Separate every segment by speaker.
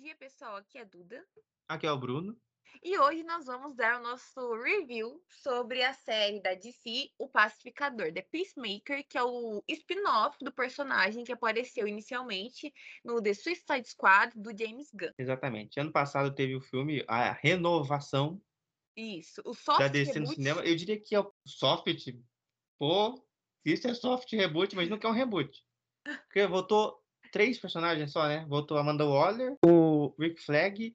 Speaker 1: dia, pessoal. Aqui é a Duda.
Speaker 2: Aqui é o Bruno.
Speaker 1: E hoje nós vamos dar o nosso review sobre a série da DC, O Pacificador, The Peacemaker, que é o spin-off do personagem que apareceu inicialmente no The Suicide Squad do James Gunn.
Speaker 2: Exatamente. Ano passado teve o filme A Renovação
Speaker 1: Isso, o soft
Speaker 2: da DC no
Speaker 1: reboot-
Speaker 2: cinema. Eu diria que é o soft, pô, isso é soft reboot, mas não que é um reboot. Porque voltou três personagens só, né? Voltou Amanda Waller, o Rick Flag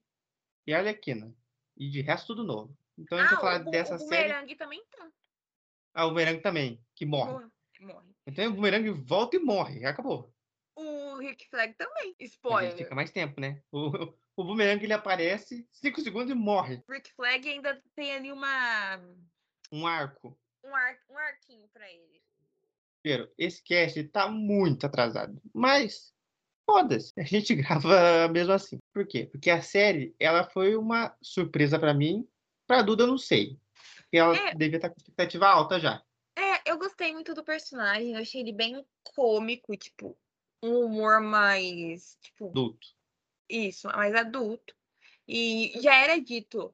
Speaker 2: e a Arlequina. E de resto tudo novo. Então a gente
Speaker 1: Ah,
Speaker 2: vai falar
Speaker 1: o, bu-
Speaker 2: dessa
Speaker 1: o
Speaker 2: série.
Speaker 1: Bumerangue também tá.
Speaker 2: Ah, o Bumerangue também, que morre.
Speaker 1: Morre. morre.
Speaker 2: Então o Bumerangue volta e morre. Acabou.
Speaker 1: O Rick Flag também.
Speaker 2: Mas ele
Speaker 1: Spoiler.
Speaker 2: fica mais tempo, né? O, o bumerangue ele aparece 5 segundos e morre.
Speaker 1: O Rick Flag ainda tem ali uma,
Speaker 2: Um arco.
Speaker 1: um, ar, um arquinho pra ele.
Speaker 2: Primeiro, esse cast tá muito atrasado. Mas, foda-se. A gente grava mesmo assim. Por quê? Porque a série, ela foi uma surpresa pra mim. Pra Duda, eu não sei. Porque ela
Speaker 1: É.
Speaker 2: devia estar com expectativa alta já.
Speaker 1: É, eu gostei muito do personagem, eu achei ele bem cômico, tipo, um humor mais, tipo,
Speaker 2: Adulto.
Speaker 1: isso, mais adulto. E já era dito,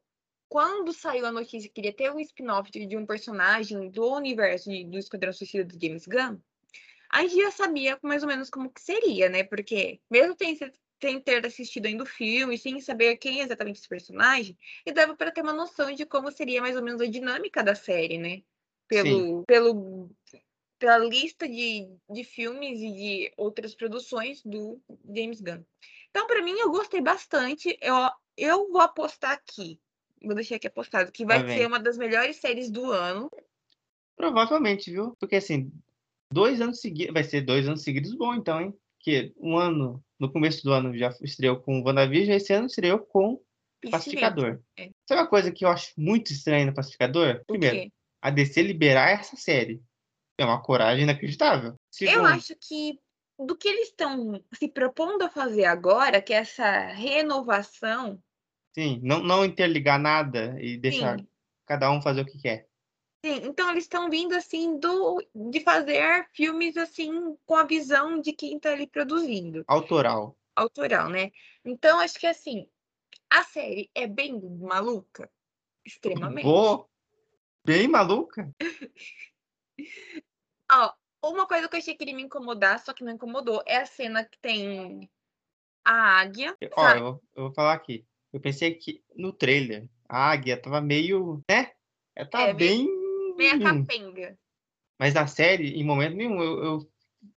Speaker 1: quando saiu a notícia que iria ter um spin-off de de um personagem do universo de- do Esquadrão Suicida do James Gunn, a gente já sabia mais ou menos como que seria, né? Porque mesmo sem, se- sem ter assistido ainda o filme, sem saber quem é exatamente esse personagem, e dava para ter uma noção de como seria mais ou menos a dinâmica da série, né? Pelo, pelo, pela lista de, de filmes e de outras produções do James Gunn. Então, para mim, eu gostei bastante. Eu, eu vou apostar aqui. Vou deixar aqui apostado que vai
Speaker 2: Tá bem.
Speaker 1: ser uma das melhores séries do ano.
Speaker 2: É Provavelmente, viu? Porque assim, dois anos seguidos. Vai ser dois anos seguidos bom, então, hein? Porque um ano, no começo do ano, já estreou com WandaVision, esse ano estreou com
Speaker 1: Peacemaker.
Speaker 2: Pacificador.
Speaker 1: é.
Speaker 2: Sabe uma coisa que eu acho muito estranha no Pacificador?
Speaker 1: O
Speaker 2: Primeiro,
Speaker 1: quê?
Speaker 2: a DC liberar essa série. É uma coragem inacreditável. Segundo,
Speaker 1: Eu acho que do que eles estão se propondo a fazer agora, que é essa renovação,
Speaker 2: Sim, não, não interligar nada e deixar
Speaker 1: sim,
Speaker 2: cada um fazer o que quer.
Speaker 1: sim. Então eles estão vindo assim do de fazer filmes assim com a visão de quem está ali produzindo.
Speaker 2: Autoral.
Speaker 1: autoral, né? Então, acho que assim, a série é bem maluca, extremamente.
Speaker 2: Vou. Bem maluca.
Speaker 1: Ó, uma coisa que eu achei que ele me incomodar, só que não incomodou, é a cena que tem a águia.
Speaker 2: Ó,
Speaker 1: sabe?
Speaker 2: eu, vou- eu vou falar aqui. Eu pensei que no trailer a águia tava meio. né? Ela tá
Speaker 1: É, meio-
Speaker 2: bem.
Speaker 1: Meia
Speaker 2: Uhum.
Speaker 1: capenga.
Speaker 2: Mas na série, em momento nenhum, eu, eu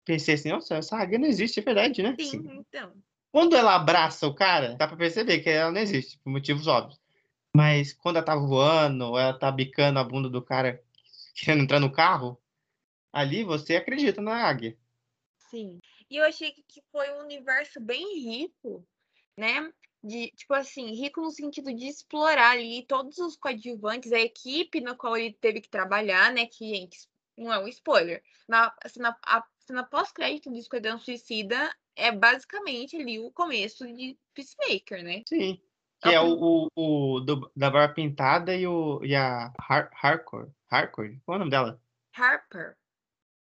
Speaker 2: pensei assim: nossa, essa águia não existe, é verdade, né?
Speaker 1: Sim,
Speaker 2: Assim,
Speaker 1: então.
Speaker 2: Quando ela abraça o cara, dá pra perceber que ela não existe, por motivos óbvios. Mas quando ela tá voando, ou ela tá bicando a bunda do cara querendo entrar no carro, ali você acredita na águia.
Speaker 1: Sim. E eu achei que- que foi um universo bem rico, né? De, tipo assim, rico no sentido de explorar ali todos os coadjuvantes, a equipe na qual ele teve que trabalhar, né? Que, gente, não é um spoiler. Na cena, a cena pós-crédito do Esquadrão Suicida é basicamente ali o começo de Peacemaker, né?
Speaker 2: Sim. Que é o, o, o do- da Barba Pintada e, o, e a Har Harcourt. Harcourt? Qual é o nome dela?
Speaker 1: Harper.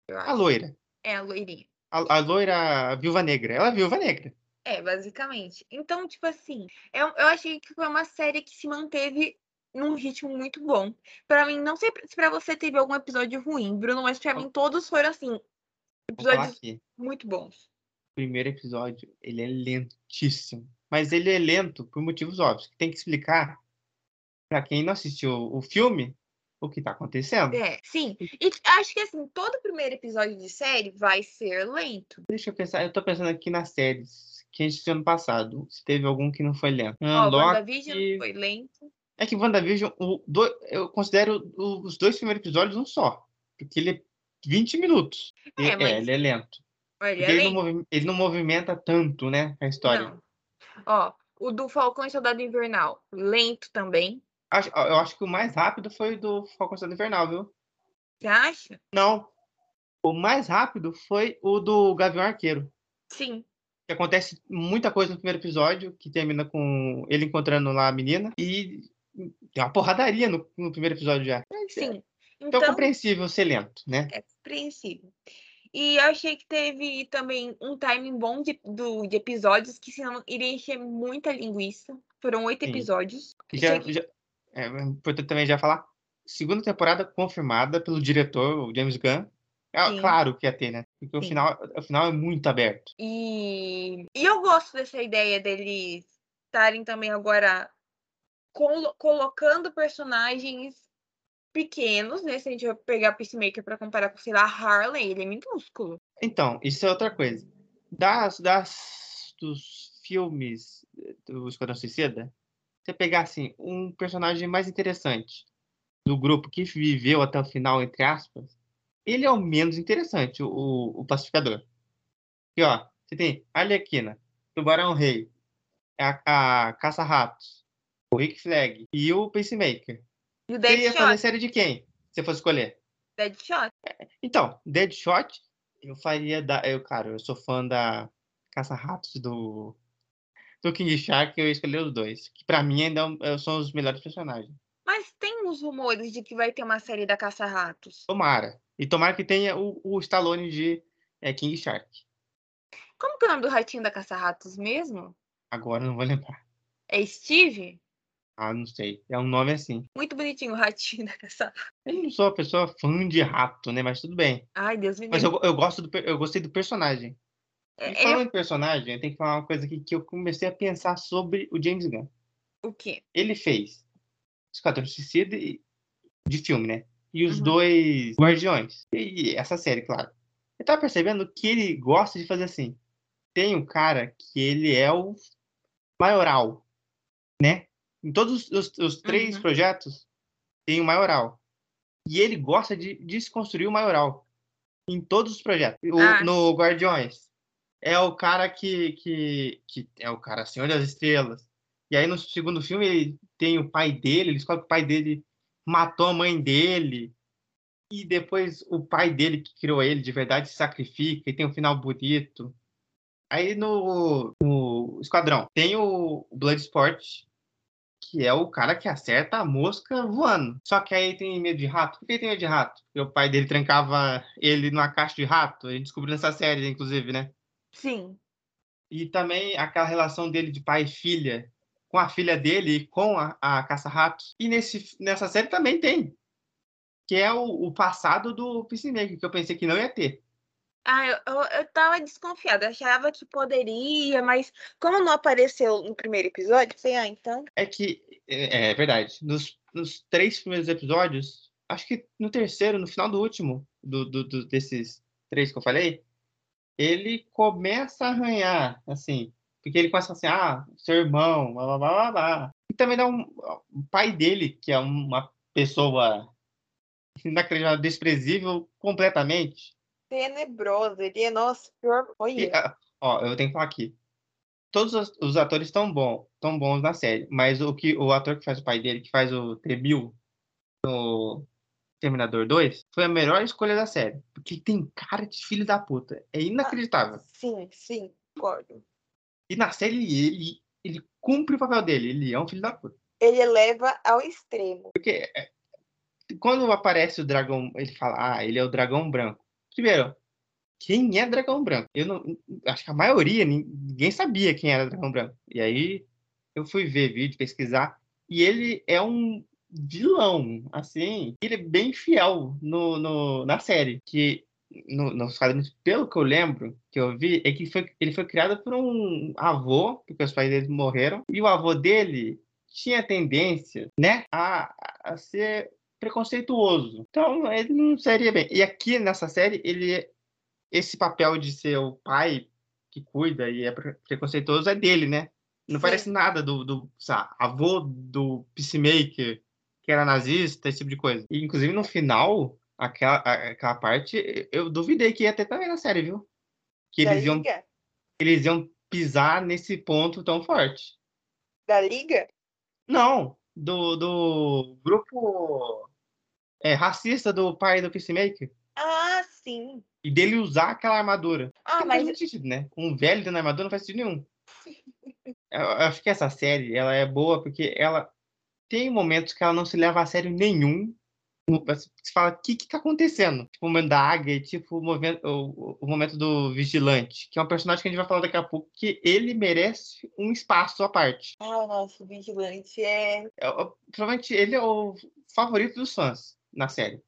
Speaker 1: eu
Speaker 2: A
Speaker 1: acho.
Speaker 2: loira.
Speaker 1: É, a loirinha.
Speaker 2: A, a loira viúva negra. Ela é viúva negra.
Speaker 1: É, basicamente. Então, tipo assim, eu, eu achei que foi uma série que se manteve num ritmo muito bom. Pra mim, não sei se pra você teve algum episódio ruim, Bruno, mas pra mim todos foram assim,
Speaker 2: Vou falar
Speaker 1: episódios
Speaker 2: aqui.
Speaker 1: muito bons.
Speaker 2: primeiro episódio, ele é lentíssimo. Mas ele é lento por motivos óbvios. Que tem que explicar pra quem não assistiu o filme o que tá acontecendo.
Speaker 1: É, sim. E acho que assim, todo primeiro episódio de série vai ser lento.
Speaker 2: Deixa eu pensar. Eu tô pensando aqui nas séries que a gente assistiu ano passado. Se teve algum que não foi lento.
Speaker 1: Ó,
Speaker 2: Hum, Loki-
Speaker 1: WandaVision foi lento.
Speaker 2: É que WandaVision, o, do... eu considero o- os dois primeiros episódios um só. Porque ele é 20 minutos.
Speaker 1: É,
Speaker 2: E-
Speaker 1: mas-
Speaker 2: ele é lento.
Speaker 1: Olha,
Speaker 2: Porque ele,
Speaker 1: lento.
Speaker 2: não movi- ele não movimenta tanto, né? A história.
Speaker 1: Não. Ó, o do Falcão e Soldado Invernal, lento também.
Speaker 2: Acho- eu acho que o mais rápido foi o do Falcão e o Soldado Invernal, viu?
Speaker 1: Você acha?
Speaker 2: Não. O mais rápido foi o do Gavião Arqueiro.
Speaker 1: Sim.
Speaker 2: Que acontece muita coisa no primeiro episódio, que termina com ele encontrando lá a menina. E tem uma porradaria no, no primeiro episódio já.
Speaker 1: Sim.
Speaker 2: Então é compreensível ser lento, né?
Speaker 1: É compreensível. E eu achei que teve também um timing bom de, do, de episódios, que senão iria encher muita linguiça. Foram oito
Speaker 2: Sim.
Speaker 1: episódios.
Speaker 2: E já-
Speaker 1: Achei que-
Speaker 2: já- é importante também já falar. Segunda temporada confirmada pelo diretor, o James Gunn. É
Speaker 1: Sim.
Speaker 2: claro que ia ter, né? Porque o
Speaker 1: Sim.
Speaker 2: final, o final é muito aberto.
Speaker 1: E, e eu gosto dessa ideia deles estarem também agora colo- colocando personagens pequenos, né? Se a gente vai pegar Peacemaker pra comparar com, sei lá, Harley, ele é minúsculo.
Speaker 2: Então, isso é outra coisa. Das, das, dos filmes eh, do Esquadrão Suicida, você pegar assim, um personagem mais interessante do grupo que viveu até o final, entre aspas, ele é o menos interessante, o, o pacificador. E ó, você tem Arlequina, Tubarão Rei, a, a Caça-Ratos, o Rick Flag e o Pacemaker.
Speaker 1: E o
Speaker 2: Você ia fazer
Speaker 1: Deadshot,
Speaker 2: série de quem? Se você fosse escolher?
Speaker 1: Deadshot.
Speaker 2: Então, Deadshot, eu faria da. Eu, cara, eu sou fã da Caça-Ratos do. Do King Shark, eu escolhi os dois. Que pra mim ainda é um- é- são os melhores personagens.
Speaker 1: Mas tem uns rumores de que vai ter uma série da Caça-Ratos.
Speaker 2: Tomara. E tomara que tenha o, o Stallone de é, King Shark.
Speaker 1: Como que é o nome do ratinho da Caça-Ratos mesmo?
Speaker 2: Agora eu não vou lembrar.
Speaker 1: É Steve?
Speaker 2: Ah, não sei. É um nome assim.
Speaker 1: Muito bonitinho o ratinho da Caça-Ratos.
Speaker 2: Eu não sou uma pessoa fã de rato, né? Mas tudo bem.
Speaker 1: Ai, Deus me
Speaker 2: Mas
Speaker 1: livre.
Speaker 2: eu, eu gosto do, per- eu gostei do personagem.
Speaker 1: É-
Speaker 2: E
Speaker 1: ele é
Speaker 2: falando em personagem, eu tenho que falar uma coisa aqui que eu comecei a pensar sobre o James Gunn.
Speaker 1: o quê?
Speaker 2: ele fez Esquadrão Suicida e- de filme, né? E os
Speaker 1: Uhum.
Speaker 2: dois Guardiões. E essa série, claro. Eu tava percebendo que ele gosta de fazer assim. Tem um cara que ele é o maioral, né? Em todos os, os- os três
Speaker 1: Uhum.
Speaker 2: projetos tem o maioral. E ele gosta de desconstruir o maioral. Em todos os projetos. O-
Speaker 1: Ah.
Speaker 2: No Guardiões. É o cara que, que, que é o cara Senhor das Estrelas. E aí no segundo filme ele tem o pai dele, ele descobre que o pai dele matou a mãe dele. E depois o pai dele que criou ele de verdade se sacrifica e tem um final bonito. Aí no, no Esquadrão tem o, o Bloodsport, que é o cara que acerta a mosca voando. Só que aí tem medo de rato. Por que ele tem medo de rato? Porque o pai dele trancava ele numa caixa de rato. A gente descobriu nessa série, inclusive, né?
Speaker 1: Sim.
Speaker 2: E também aquela relação dele de pai e filha, com a filha dele e com a, a caça-ratos. E nesse, nessa série também tem. Que é o, o passado do Peacemaker, que eu pensei que não ia ter.
Speaker 1: Ah, eu, eu, eu tava desconfiada, achava que poderia, mas como não apareceu no primeiro episódio, falei, ah, então.
Speaker 2: É que, é, é verdade, nos, nos três primeiros episódios, acho que no terceiro, no final do último, do, do- do- desses três que eu falei, ele começa a arranhar, assim. Porque ele começa assim, ah, seu irmão, blá, blá, blá, blá, blá. E também dá um, o pai dele, que é uma pessoa inacreditável, desprezível completamente.
Speaker 1: Tenebroso, ele é nosso pior.
Speaker 2: E,
Speaker 1: Olha.
Speaker 2: ah, ó, eu tenho que falar aqui. Todos os, os atores estão bom, tão bons na série, mas o que o ator que faz o pai dele, que faz o Trebil no Terminador 2, foi a melhor escolha da série, porque ele tem cara de filho da puta, é inacreditável.
Speaker 1: Sim, sim, concordo.
Speaker 2: E na série ele ele cumpre o papel dele, ele é um filho da puta.
Speaker 1: Ele leva ao extremo.
Speaker 2: Quando aparece o dragão, ele fala: "Ah, ele é o dragão branco". Primeiro, quem é dragão branco? Eu não acho que a maioria nin- ninguém sabia quem era dragão branco. E aí eu fui ver vídeo, pesquisar, e ele é um vilão, assim, ele é bem fiel no, no- na série, que no, nos quadrinhos, pelo que eu lembro, que eu vi, é que foi- ele foi criado por um avô, porque os pais dele morreram, e o avô dele tinha tendência, né, a, a ser preconceituoso. Então, ele não seria bem. E aqui nessa série, ele esse papel de ser o pai que cuida e é pre- preconceituoso é dele, né? Não
Speaker 1: Sim.
Speaker 2: parece nada do, do sei lá, avô do Peacemaker, que era nazista, esse tipo de coisa. E, inclusive, no final, aquela, a- aquela parte, eu duvidei que ia ter também na série, viu? Que
Speaker 1: da
Speaker 2: eles iam,
Speaker 1: liga?
Speaker 2: eles iam pisar nesse ponto tão forte.
Speaker 1: Da liga?
Speaker 2: Não, do, do grupo é, racista do pai do Peacemaker.
Speaker 1: Ah, sim.
Speaker 2: E dele usar aquela armadura.
Speaker 1: Ah,
Speaker 2: não faz
Speaker 1: mas
Speaker 2: muito sentido, né? Um velho dando armadura não faz sentido nenhum. Eu, eu acho que essa série, ela é boa porque ela tem momentos que ela não se leva a sério nenhum, no- Você fala, o que que tá acontecendo? Tipo, o momento da Águia, tipo, o, moven- o- o momento do Vigilante, que é um personagem que a gente vai falar daqui a pouco, que ele merece um espaço à parte.
Speaker 1: Ah, nossa, o Vigilante é.
Speaker 2: É o- provavelmente ele é o favorito dos fãs na série.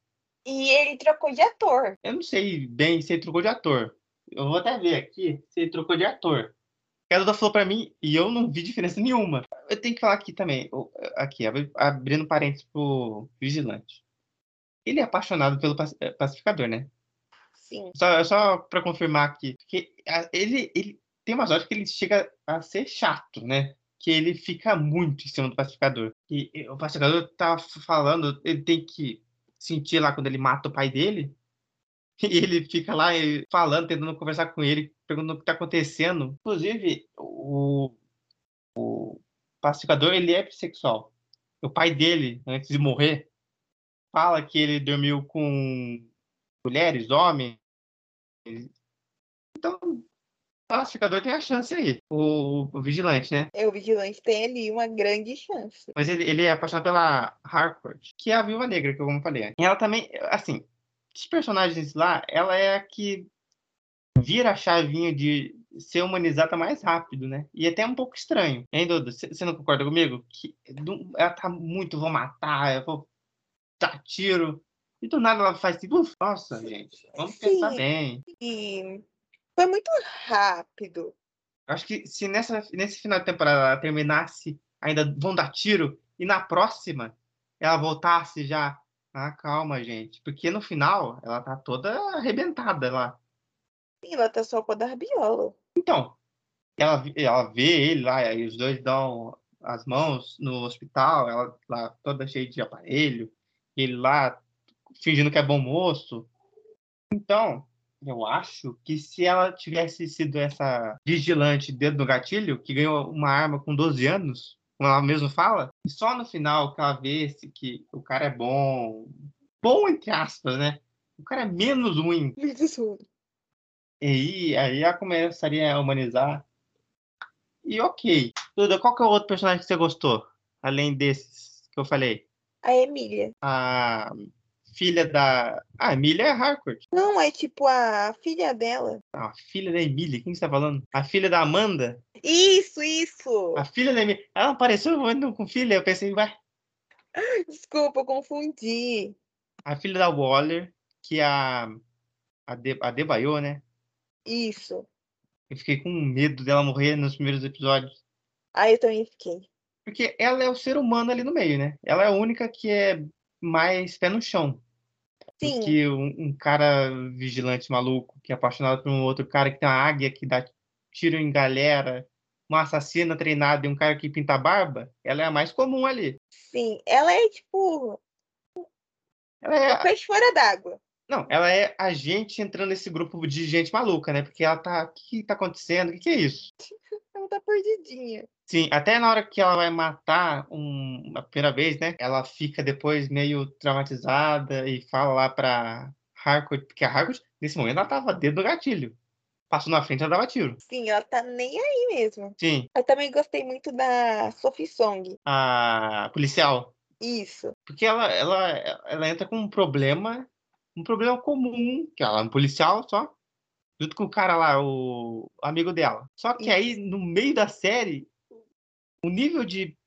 Speaker 1: E ele trocou de ator.
Speaker 2: Eu não sei bem se ele trocou de ator. Eu vou até ver aqui se ele trocou de ator. A Duda falou pra mim e eu não vi diferença nenhuma. Eu tenho que falar aqui também, o- aqui, abri- abrindo parênteses pro Vigilante. Ele é apaixonado pelo paci- eh, pacificador, né?
Speaker 1: Sim.
Speaker 2: Só, é só pra confirmar aqui. Porque a- ele, ele tem umas horas que ele chega a ser chato, né? Que ele fica muito em cima do pacificador. E, e o pacificador tá f- falando, ele tem que sentir lá quando ele mata o pai dele. E ele fica lá eh, falando, tentando conversar com ele, perguntando o que tá acontecendo. Inclusive, o, o pacificador, ele é bissexual. O pai dele, antes de morrer, fala que ele dormiu com mulheres, homens. O pacificador tem a chance aí. O, o vigilante, né?
Speaker 1: É, O Vigilante tem ali uma grande chance.
Speaker 2: Mas ele, ele é apaixonado pela Harcourt, que é a Viúva Negra, que eu como falei. antes. E ela também, assim, os personagens lá, ela é a que vira a chavinha de ser humanizada mais rápido, né? E até é um pouco estranho. Hein, Dudu? Você não concorda comigo? Que do- ela tá muito, vou matar, eu vou dar tiro. E do nada ela faz tipo, "Uf, nossa, gente, vamos pensar
Speaker 1: Sim.
Speaker 2: bem.
Speaker 1: E foi muito rápido.
Speaker 2: Eu acho que se nessa, nesse final de temporada ela terminasse, ainda vão dar tiro, e na próxima ela voltasse já. Ah, calma, gente. Porque no final ela tá toda arrebentada lá.
Speaker 1: Sim, ela tá só com a Darbiola.
Speaker 2: Então, ela, vi- ela vê ele lá, e os dois dão as mãos no hospital, ela lá toda cheia de aparelho, ele lá fingindo que é bom moço. Então, eu acho que se ela tivesse sido essa vigilante dedo no gatilho, que ganhou uma arma com 12 anos, como ela mesma fala, e só no final que ela vê se que o cara é bom, bom entre aspas, né? O cara é menos ruim. E aí, aí ela começaria a humanizar. E ok. Duda, qual que é o outro personagem que você gostou? Além desses que eu falei.
Speaker 1: A Emília.
Speaker 2: A filha da. Ah, Emília Harcourt. Ah,
Speaker 1: Não, é tipo a filha dela.
Speaker 2: A filha da Emília, quem você tá falando? A filha da Amanda?
Speaker 1: Isso, isso.
Speaker 2: A filha da Emília. Ela apareceu voando com filha, eu pensei, vai.
Speaker 1: Desculpa, eu confundi.
Speaker 2: A filha da Waller, que é a. A, de... a Debaio, né?
Speaker 1: Isso.
Speaker 2: Eu fiquei com medo dela morrer nos primeiros episódios.
Speaker 1: Aí eu também fiquei.
Speaker 2: Porque ela é o ser humano ali no meio, né? Ela é a única que é mais pé no chão.
Speaker 1: Sim,
Speaker 2: Do que um, um cara vigilante maluco, que é apaixonado por um outro cara que tem uma águia que dá tiro em galera, uma assassina treinada e um cara que pinta barba, ela é a mais comum ali.
Speaker 1: sim. Ela é tipo
Speaker 2: Ela é,
Speaker 1: um peixe fora d'água.
Speaker 2: Não, ela é a gente entrando nesse grupo de gente maluca, né? Porque ela tá. O que tá acontecendo? O que, que é isso?
Speaker 1: Ela tá perdidinha.
Speaker 2: Sim, até na hora que ela vai matar um, a primeira vez, né? Ela fica depois meio traumatizada e fala lá pra Harcourt, porque a Harcourt, nesse momento, ela tava dedo no gatilho. Passou na frente, ela dava tiro.
Speaker 1: Sim, ela tá nem aí mesmo.
Speaker 2: Sim,
Speaker 1: Eu também gostei muito da Sophie Song.
Speaker 2: a policial.
Speaker 1: Isso.
Speaker 2: Porque ela, ela, ela entra com um problema, um problema comum, que ela é um policial só, junto com o cara lá, o amigo dela. Só que aí, no meio da série, o nível de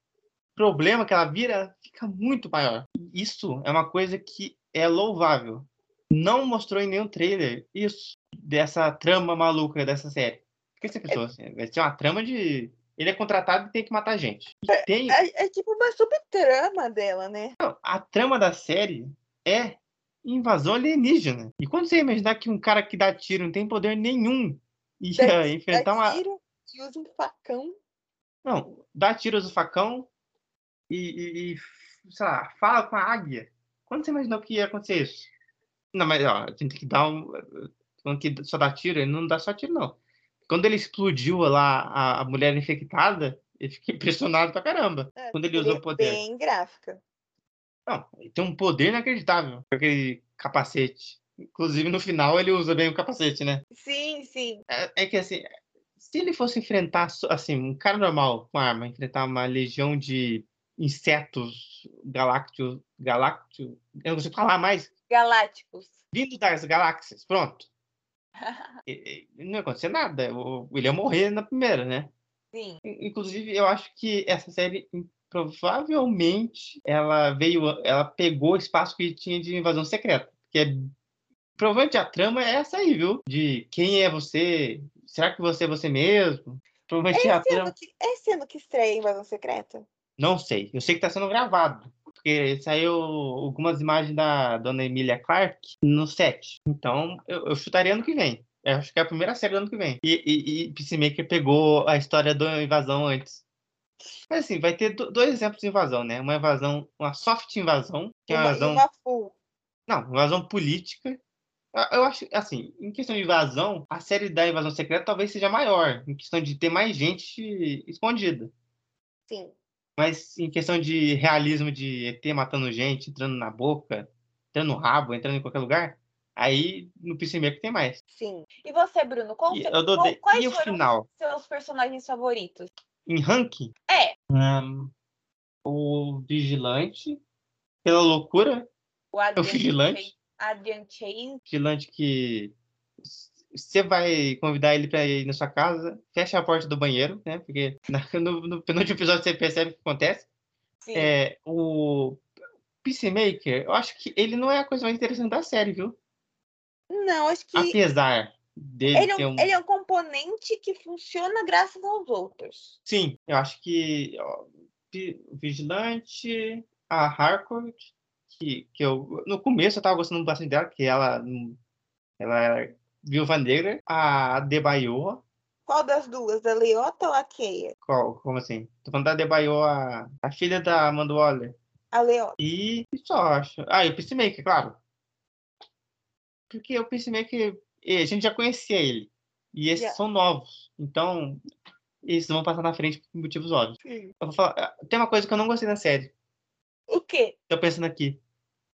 Speaker 2: problema que ela vira fica muito maior. Isso é uma coisa que é louvável. Não mostrou em nenhum trailer isso, dessa trama maluca dessa série. Porque essa pessoa, assim, vai ser uma trama de. Ele é contratado e tem que matar gente. E tem
Speaker 1: É, é tipo uma subtrama dela, né?
Speaker 2: a trama da série é invasão alienígena. E quando você imaginar que um cara que dá tiro não tem poder nenhum ia
Speaker 1: Dá- Dá
Speaker 2: enfrentar uma.
Speaker 1: tiro e usa um facão.
Speaker 2: Não, dá tiros no facão e, e- e, sei lá, fala com a águia. Quando você imaginou que ia acontecer isso? Não, mas ó, a gente tem que dar um. Falando que só dá tiro, ele não dá só tiro, não. Quando ele explodiu lá a, a mulher infectada, eu fiquei impressionado pra caramba.
Speaker 1: É,
Speaker 2: Quando ele usou o poder.
Speaker 1: Bem gráfica.
Speaker 2: Não, ele tem um poder inacreditável. com Aquele capacete. Inclusive, no final, ele usa bem o capacete, né?
Speaker 1: Sim, sim.
Speaker 2: É, é que, assim, se ele fosse enfrentar, só- assim, um cara normal com arma, enfrentar uma legião de insetos galácticos, galácticos, eu não consigo falar mais,
Speaker 1: Galácticos.
Speaker 2: vindo das galáxias, pronto. E- e- Não ia acontecer nada, o- ele ia morrer na primeira, né?
Speaker 1: Sim.
Speaker 2: In- Inclusive, eu acho que essa série in- provavelmente ela veio, a- ela pegou o espaço que tinha de invasão secreta, que é provavelmente a trama é essa aí, viu? De quem é você? Será que você é você mesmo? Provavelmente é a
Speaker 1: Esse
Speaker 2: trama.
Speaker 1: ano, que, esse ano que estreia Invasão Secreta?
Speaker 2: Não sei. Eu sei que tá sendo gravado. Porque saiu algumas imagens da dona Emília Clark no set. Então, eu, eu chutaria ano que vem. Eu acho que é a primeira série do ano que vem. E, e, e Peacemaker pegou a história da invasão antes. Mas assim, vai ter do- dois exemplos de invasão, né? Uma invasão, uma soft invasão, que é uma
Speaker 1: Uma, e
Speaker 2: invasão.
Speaker 1: uma full.
Speaker 2: Não, invasão política. Eu- Eu acho, assim, em questão de invasão, a série da invasão secreta talvez seja maior, em questão de ter mais gente escondida.
Speaker 1: Sim.
Speaker 2: Mas em questão de realismo de ET matando gente, entrando na boca, entrando no rabo, entrando em qualquer lugar, aí no Peacemaker tem mais.
Speaker 1: Sim. E você, Bruno, qual,
Speaker 2: E,
Speaker 1: seu-
Speaker 2: eu dou
Speaker 1: qual-
Speaker 2: de-
Speaker 1: quais
Speaker 2: e o
Speaker 1: foram
Speaker 2: final?
Speaker 1: os seus personagens favoritos?
Speaker 2: Em ranking?
Speaker 1: É.
Speaker 2: ahn, o Vigilante, pela loucura,
Speaker 1: O
Speaker 2: é o
Speaker 1: Adrian,
Speaker 2: Vigilante.
Speaker 1: Chase- Adrian Chase.
Speaker 2: Vigilante que você vai convidar ele pra ir na sua casa, fecha a porta do banheiro, né? Porque na- no, no penúltimo episódio você percebe o que acontece.
Speaker 1: Sim.
Speaker 2: É, o Peacemaker, eu acho que ele não é a coisa mais interessante da série, viu?
Speaker 1: Não, acho que
Speaker 2: Apesar dele
Speaker 1: ele é,
Speaker 2: ter
Speaker 1: um,
Speaker 2: Ah, um.
Speaker 1: ele é um componente que funciona graças aos outros.
Speaker 2: Sim, eu acho que ó, Pi- Vigilante, a Harcourt, que, que eu. No começo eu tava gostando bastante dela, porque ela. hum, Ela era viúva negra. A Debaioa.
Speaker 1: Qual das duas? Da Leota ou a Keia?
Speaker 2: Qual? Como assim? Tô falando da Debaioa, a filha da Amanda Waller.
Speaker 1: A Leota.
Speaker 2: E e só acho. Ah, e o Peacemaker, claro. Porque o Peacemaker, eh, a gente já conhecia ele. E esses
Speaker 1: Já.
Speaker 2: são novos. Então, eles vão passar na frente por motivos óbvios. Eu vou falar- ah, Tem uma coisa que eu não gostei da série.
Speaker 1: O quê?
Speaker 2: Tô pensando aqui.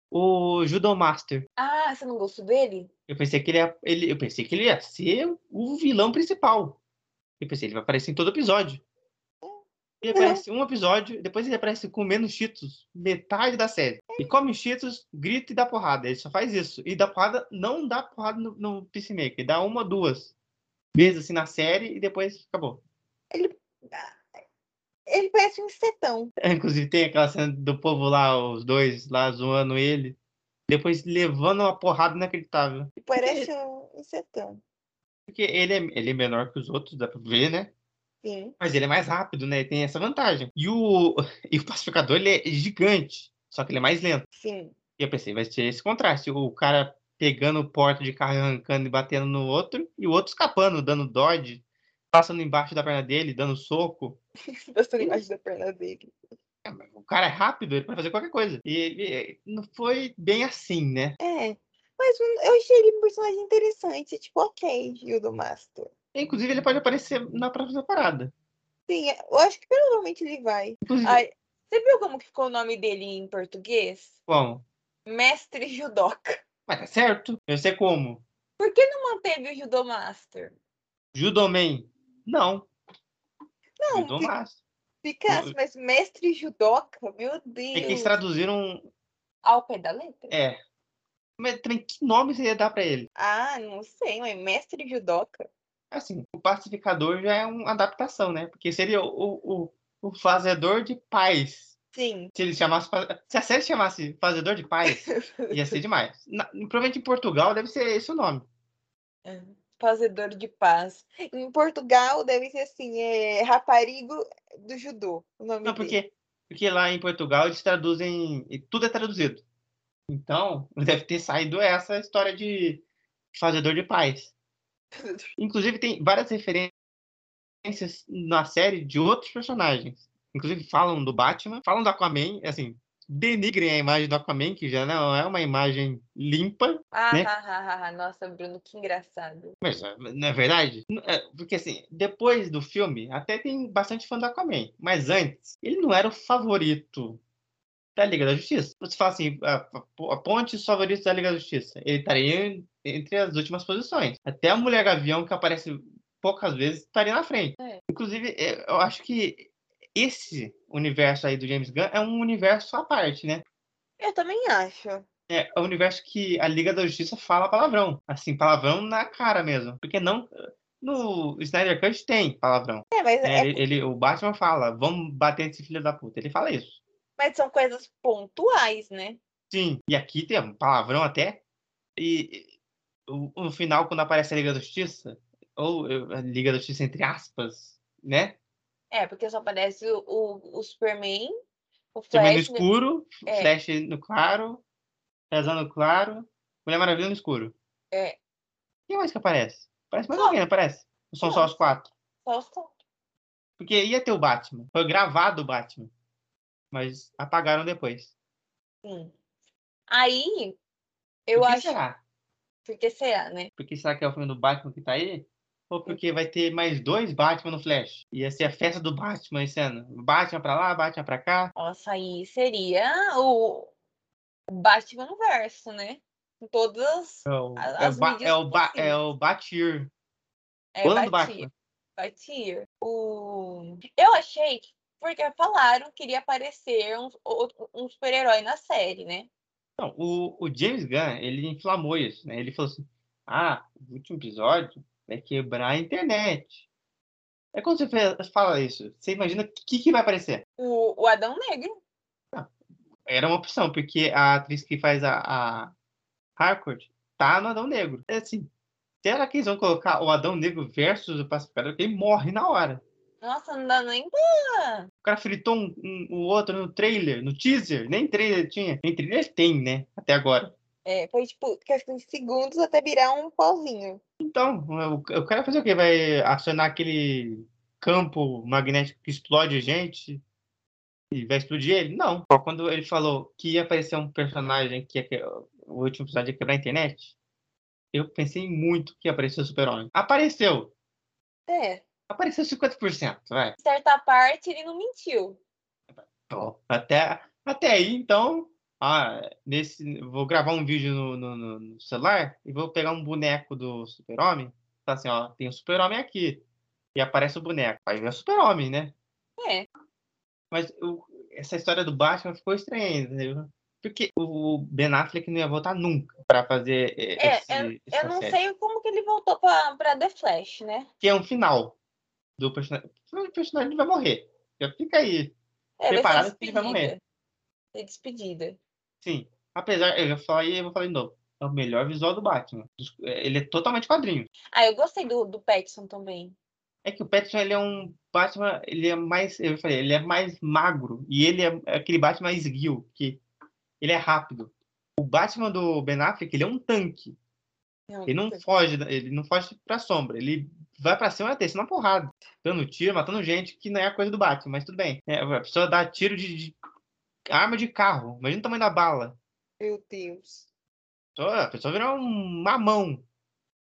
Speaker 2: O Judo Master.
Speaker 1: Ah, você não gostou dele?
Speaker 2: Eu pensei que ele ia, ele- eu pensei que ele ia ser o vilão principal. Eu pensei, ele vai aparecer em todo episódio. Ele
Speaker 1: Uhum.
Speaker 2: aparece em um episódio, depois ele aparece comendo cheetos, metade da série. E come cheetos, grita e dá porrada. Ele só faz isso. E dá porrada, não dá porrada no, no Peacemaker. Ele Dá uma, duas vezes assim na série e depois acabou.
Speaker 1: Ele parece um insetão.
Speaker 2: Inclusive tem aquela cena do povo lá, os dois lá zoando ele. Depois levando uma porrada inacreditável.
Speaker 1: Parece um insetão.
Speaker 2: Porque ele é, ele é menor que os outros, dá pra ver, né?
Speaker 1: Sim.
Speaker 2: Mas ele é mais rápido, né? Ele tem essa vantagem. E o, e o pacificador, ele é gigante. Só que ele é mais lento.
Speaker 1: Sim.
Speaker 2: E eu pensei, vai ser esse contraste. O cara pegando porta de carro, e arrancando e batendo no outro, e o outro escapando, dando dodge, passando embaixo da perna dele, dando soco.
Speaker 1: Gostou embaixo da perna dele.
Speaker 2: O cara é rápido, ele pode fazer qualquer coisa. E ele- não foi bem assim, né?
Speaker 1: É. Mas hum, eu achei ele um personagem interessante. Tipo, ok, Gildo Master.
Speaker 2: Inclusive, ele pode aparecer na próxima temporada.
Speaker 1: Sim, eu acho que provavelmente ele vai.
Speaker 2: Inclusive,
Speaker 1: Ai, você viu como que ficou o nome dele em português?
Speaker 2: bom,
Speaker 1: Mestre Judoca.
Speaker 2: mas tá certo. Eu sei como.
Speaker 1: Por que não manteve o Judo Master?
Speaker 2: Judoman. Não.
Speaker 1: Não, fi-
Speaker 2: Judomaster.
Speaker 1: fica, assim, mas Mestre Judoca, meu
Speaker 2: É que
Speaker 1: Deus.
Speaker 2: eles traduziram.
Speaker 1: Ao pé da letra?
Speaker 2: É. Mas também, que nome você ia dar pra ele?
Speaker 1: Ah, não sei, mas Mestre Judoca.
Speaker 2: Assim, o pacificador já é uma adaptação, né? Porque seria o, o, o fazedor de paz.
Speaker 1: Sim.
Speaker 2: Se ele chamasse. fa- Se a série chamasse Fazedor de Paz, ia ser demais. Na, provavelmente em Portugal deve ser esse o nome.
Speaker 1: Fazedor de paz. Em Portugal deve ser assim, é raparigo do judô, o nome
Speaker 2: Não,
Speaker 1: dele.
Speaker 2: porque, porque lá em Portugal eles traduzem. e Tudo é traduzido. Então, deve ter saído essa história de Fazedor de Paz. Inclusive, tem várias referências na série de outros personagens. Inclusive, falam do Batman, falam do Aquaman, assim, denigrem a imagem do Aquaman, que já não é uma imagem limpa,
Speaker 1: Ah,
Speaker 2: né?
Speaker 1: ah, ah, ah, ah, nossa, Bruno, que engraçado.
Speaker 2: mas ah, não é verdade? N- é, Porque, assim, depois do filme, até tem bastante fã do Aquaman, mas antes, ele não era o favorito da Liga da Justiça. Você fala assim, a- a- aponte os favoritos da Liga da Justiça. Ele estaria em- entre as últimas posições. Até a Mulher Gavião, que aparece poucas vezes, estaria na frente.
Speaker 1: É.
Speaker 2: Inclusive, eu eu acho que esse universo aí do James Gunn é um universo à parte, né?
Speaker 1: Eu também acho.
Speaker 2: É, é o universo que a Liga da Justiça fala palavrão. Assim, palavrão na cara mesmo. Porque não. No Snyder Cut tem palavrão.
Speaker 1: É, mas,
Speaker 2: É,
Speaker 1: é-
Speaker 2: ele, ele- o Batman fala, vamos bater nesse filho da puta. Ele fala isso.
Speaker 1: mas são coisas pontuais, né?
Speaker 2: Sim. E aqui tem um palavrão até. E, e o, o final, quando aparece a Liga da Justiça, ou eu- a Liga da Justiça entre aspas, né?
Speaker 1: É, porque só aparece o, o, o Superman, o
Speaker 2: Superman no
Speaker 1: Flash. né?
Speaker 2: escuro,
Speaker 1: é.
Speaker 2: Flash no claro, Shazam no claro, Mulher Maravilha no escuro.
Speaker 1: É.
Speaker 2: Quem mais que aparece? Parece mais
Speaker 1: Só.
Speaker 2: alguém, não aparece? Ou são só
Speaker 1: Não.
Speaker 2: os quatro?
Speaker 1: Só os tom-
Speaker 2: Porque ia ter o Batman. Foi gravado o Batman. Mas apagaram depois.
Speaker 1: Sim. Aí,
Speaker 2: Por
Speaker 1: eu
Speaker 2: que
Speaker 1: acho.
Speaker 2: será?
Speaker 1: Porque será, né?
Speaker 2: Porque será que é o filme do Batman que tá aí? Ou porque vai ter mais dois Batman no Flash? Ia ser a festa do Batman esse ano. Batman pra lá, Batman pra cá.
Speaker 1: Nossa, aí seria o Batman no verso, né? Com Todas
Speaker 2: É o,
Speaker 1: A-
Speaker 2: é o
Speaker 1: as
Speaker 2: Ba-
Speaker 1: mídias assim.
Speaker 2: é o Ba-
Speaker 1: possíveis.
Speaker 2: é o Batir.
Speaker 1: é,
Speaker 2: Quando do
Speaker 1: Batir.
Speaker 2: Batman?
Speaker 1: Batir. O... Eu achei que, porque falaram que iria aparecer um, outro- um super-herói na série, né?
Speaker 2: Não, o, o James Gunn, ele inflamou isso, né? Ele falou assim, ah, o último episódio vai quebrar a internet. É quando você fe- fala isso, você imagina o que, que vai aparecer.
Speaker 1: O, o Adão Negro.
Speaker 2: Era uma opção, porque a atriz que faz a, a Harcourt tá no Adão Negro. É assim, será que eles vão colocar o Adão Negro versus o Pacificador? Porque ele morre na hora.
Speaker 1: Nossa, não dá nem.
Speaker 2: O cara fritou um- um- o outro no trailer, no teaser. Nem trailer tinha. Nem trailer tem, né? Até agora.
Speaker 1: É, foi tipo questão de segundos até virar um pozinho.
Speaker 2: Então, o o cara vai fazer o quê? Vai acionar aquele campo magnético que explode gente e vai explodir ele? Não. Ó, Quando ele falou que ia aparecer um personagem que ia que- o último episódio ia quebrar a internet, eu pensei muito que ia aparecer o super-homem. Apareceu!
Speaker 1: É.
Speaker 2: Apareceu 50%, vai.
Speaker 1: De certa parte, ele não mentiu.
Speaker 2: Pô, até, até aí, então, ah, nesse, vou gravar um vídeo no, no- no- no celular e vou pegar um boneco do super-homem. Tá assim, ó, tem o super-homem aqui. E aparece o boneco. Aí é o super-homem, né?
Speaker 1: É.
Speaker 2: Mas o- essa história do Batman ficou estranha, entendeu? Porque o Ben Affleck não ia voltar nunca pra fazer eh,
Speaker 1: É,
Speaker 2: esse,
Speaker 1: Eu
Speaker 2: essa
Speaker 1: não
Speaker 2: série.
Speaker 1: sei como que ele voltou pra, pra The Flash, né?
Speaker 2: Que é um final do personagem. O personagem vai morrer. Já fica aí.
Speaker 1: É, vai ser
Speaker 2: Preparado que ele
Speaker 1: despedida.
Speaker 2: vai morrer.
Speaker 1: Ser despedida.
Speaker 2: Sim. Apesar, eu já falei, eu vou falar de novo. É o melhor visual do Batman. Dos- é, Ele é totalmente quadrinho.
Speaker 1: Ah, eu gostei do, do Pattinson também.
Speaker 2: É que o Pattinson, ele é um Batman, ele é mais, eu falei, ele é mais magro e ele é aquele Batman esguio, que ele é rápido. O Batman do Ben Affleck, ele é um tanque. Ele não foge, da- ele não foge pra sombra, ele vai pra cima e até na porrada, dando tiro, matando gente, que não é a coisa do Batman, mas tudo bem. É, a pessoa dá tiro de, de arma de carro, imagina o tamanho da bala.
Speaker 1: Meu Deus.
Speaker 2: Então, A pessoa virou um mamão.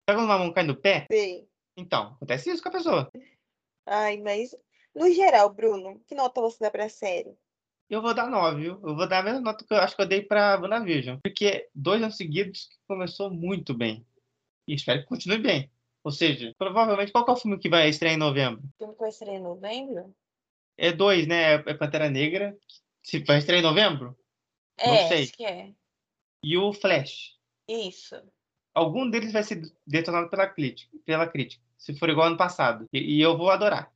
Speaker 2: Sabe quando o mamão cai no pé?
Speaker 1: Sei.
Speaker 2: Então, acontece isso com a pessoa.
Speaker 1: Ai, mas no geral, Bruno, que nota você dá pra série?
Speaker 2: Eu vou dar 9, viu? Eu vou dar a mesma nota que eu acho que eu dei pra WandaVision. Porque dois anos seguidos que começou muito bem. E espero que continue bem. Ou seja, provavelmente, qual que é o filme que vai estrear em novembro?
Speaker 1: O filme que eu estreia em novembro?
Speaker 2: É dois, né? É Pantera Negra. Se vai estrear em novembro. Não
Speaker 1: É,
Speaker 2: sei.
Speaker 1: acho que é.
Speaker 2: E o Flash.
Speaker 1: Isso.
Speaker 2: Algum deles vai ser detonado pela crítica. Pela crítica se for igual ano passado. E, e eu vou adorar.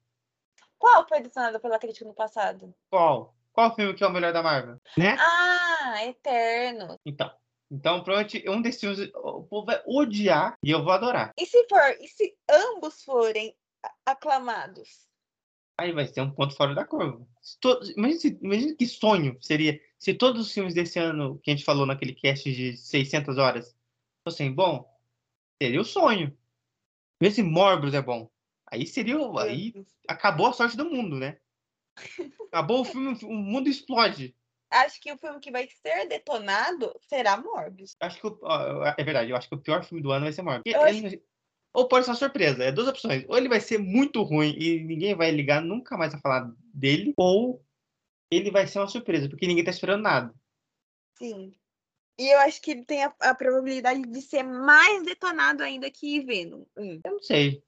Speaker 1: Qual foi adicionado pela crítica no passado?
Speaker 2: Qual? Qual filme que é o melhor da Marvel? Né?
Speaker 1: Ah, Eterno.
Speaker 2: Então, então pronto, um desses filmes o povo vai odiar e eu vou adorar.
Speaker 1: E se for, e se ambos forem a- aclamados?
Speaker 2: Aí vai ser um ponto fora da curva. Se todos- imagina, se- imagina que sonho seria se todos os filmes desse ano que a gente falou naquele cast de 600 horas fossem bom, seria o sonho. Vê se Morbius é bom. Aí seria, o-
Speaker 1: É.
Speaker 2: aí acabou a sorte do mundo, né? Acabou o filme, o mundo explode.
Speaker 1: Acho que o filme que vai ser detonado será Morbius.
Speaker 2: Acho que o- ó, é verdade, eu acho que o pior filme do ano vai ser Marvel.
Speaker 1: Eu acho-
Speaker 2: Ele- Ou pode ser uma surpresa, é duas opções. Ou ele vai ser muito ruim e ninguém vai ligar nunca mais a falar dele, ou ele vai ser uma surpresa, porque ninguém tá esperando nada.
Speaker 1: Sim. E eu acho que ele tem a, a probabilidade de ser mais detonado ainda que Venom. Hum.
Speaker 2: Eu não sei.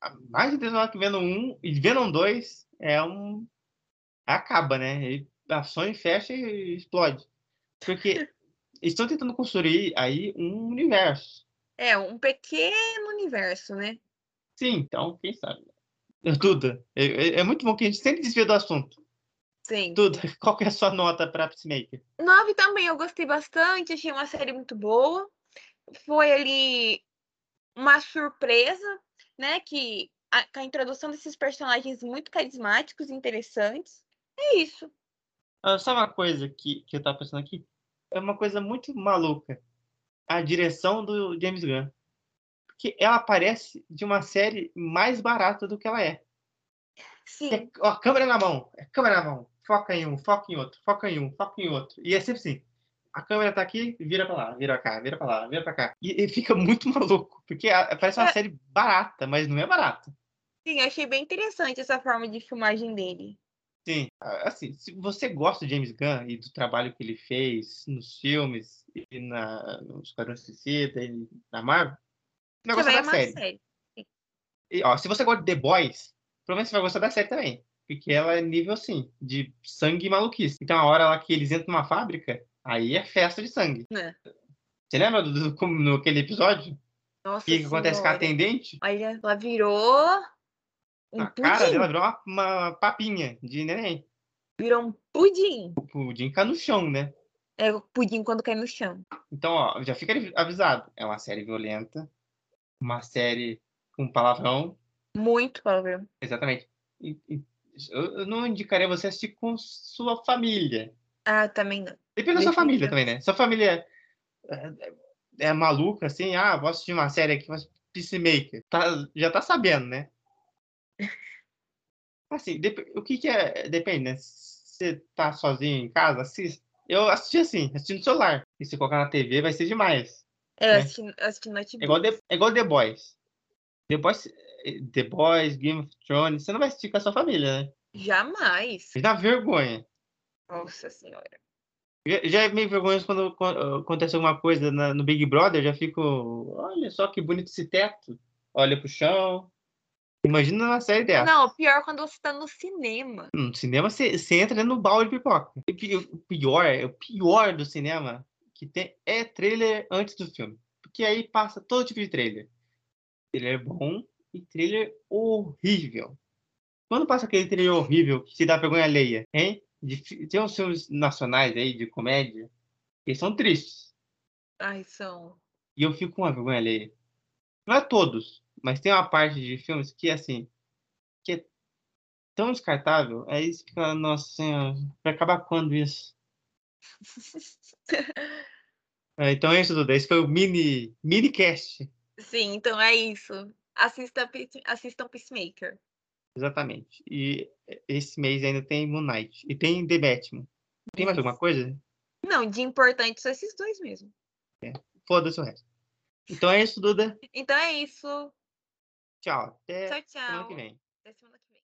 Speaker 2: A Mais de Deus que Venom 1 e Venom 2 um é um acaba, né? E a Sony fecha e explode. Porque estão tentando construir aí um universo.
Speaker 1: É, um pequeno universo, né?
Speaker 2: Sim, então, quem sabe? Duda, é, é- é muito bom que a gente sempre desvia do assunto.
Speaker 1: Sim.
Speaker 2: Duda, qual que é a sua nota para Peacemaker?
Speaker 1: Nove também, eu gostei bastante, achei uma série muito boa. Foi ali uma surpresa, né? Que a, com a introdução desses personagens muito carismáticos e interessantes. É isso.
Speaker 2: Ah, Sabe uma coisa que, que eu tava pensando aqui? É uma coisa muito maluca. A direção do James Gunn. Porque ela parece de uma série mais barata do que ela é.
Speaker 1: Sim,
Speaker 2: É, ó, câmera na mão, é câmera na mão. Foca em um, foca em outro, foca em um, foca em outro. E é sempre assim. A câmera tá aqui, vira pra lá, vira pra cá, vira pra lá, vira pra cá. E, e fica muito maluco, porque a- parece uma
Speaker 1: É.
Speaker 2: série barata, mas não é barata.
Speaker 1: sim, achei bem interessante essa forma de filmagem dele.
Speaker 2: Sim, a- assim, se você gosta do James Gunn e do trabalho que ele fez nos filmes e na, no Esquadrão Suicida e na Marvel,
Speaker 1: Você
Speaker 2: você vai gostar
Speaker 1: vai
Speaker 2: da
Speaker 1: amar a
Speaker 2: série.
Speaker 1: é série.
Speaker 2: E, ó, se você gosta de The Boys, provavelmente você vai gostar da série também. Porque ela é nível, assim, de sangue e maluquice. Então, a hora lá que eles entram numa fábrica, aí é festa de sangue.
Speaker 1: É.
Speaker 2: Você lembra do, do, como naquele episódio?
Speaker 1: Nossa
Speaker 2: Que acontece com
Speaker 1: Senhora.
Speaker 2: a atendente?
Speaker 1: Olha, ela virou um
Speaker 2: A cara
Speaker 1: pudim.
Speaker 2: dela virou uma, uma papinha de neném.
Speaker 1: Virou um pudim.
Speaker 2: O pudim cai no chão, né?
Speaker 1: É o pudim quando cai no chão.
Speaker 2: Então, ó, já fica avisado. É uma série violenta. Uma série com palavrão.
Speaker 1: Muito, Paulo.
Speaker 2: Exatamente. E- e- eu eu não indicaria você assistir com sua família.
Speaker 1: Ah, também não.
Speaker 2: Depende da sua família
Speaker 1: Definitivamente.
Speaker 2: também, né? Sua família é, é- é maluca, assim, ah, vou assistir uma série aqui, mas Peacemaker. Tá, já tá sabendo, né? Assim, dep- o que que é... Depende, né? Se você tá sozinho em casa, assiste. Eu assisti assim, assisti no celular. E se colocar na TV, vai ser demais.
Speaker 1: É, eu
Speaker 2: né?
Speaker 1: assisti, eu assisti no notebook.
Speaker 2: É igual, The- é igual The Boys. The Boys, eh, The Boys, Game of Thrones, você não vai assistir com a sua família, né?
Speaker 1: Jamais.
Speaker 2: Dá vergonha.
Speaker 1: Nossa senhora.
Speaker 2: Já- Já é meio vergonhoso quando, quando acontece alguma coisa na- no Big Brother, eu já fico, olha só que bonito esse teto. Olha pro chão. Imagina uma série dessa.
Speaker 1: Não, pior quando você tá no cinema.
Speaker 2: No Hum, cinema você você entra no balde de pipoca. E pi- o pior, o pior do cinema que tem é trailer antes do filme. Porque aí passa todo tipo de trailer. Trailer bom e trailer horrível. Quando passa aquele trailer horrível que se dá vergonha alheia, hein? De fi- tem uns filmes nacionais aí de comédia que são tristes.
Speaker 1: Ai, são.
Speaker 2: E eu fico com uma vergonha alheia. Não é todos, mas tem uma parte de filmes que, assim, que é tão descartável. é Aí você fica, nossa senhora, vai acabar quando isso? É, então é isso, Duda. Esse foi o mini, mini cast.
Speaker 1: Sim, então é isso. Assista, Peace- assistam Peacemaker.
Speaker 2: Exatamente. E esse mês ainda tem Moon Knight. E tem The Batman. Tem mais alguma coisa?
Speaker 1: Não, de importante são esses dois mesmo.
Speaker 2: Foda-se o resto. Então é isso, Duda.
Speaker 1: Então é isso.
Speaker 2: Tchau. Até
Speaker 1: Tchau, tchau.
Speaker 2: É, semana que vem.
Speaker 1: Até semana que vem.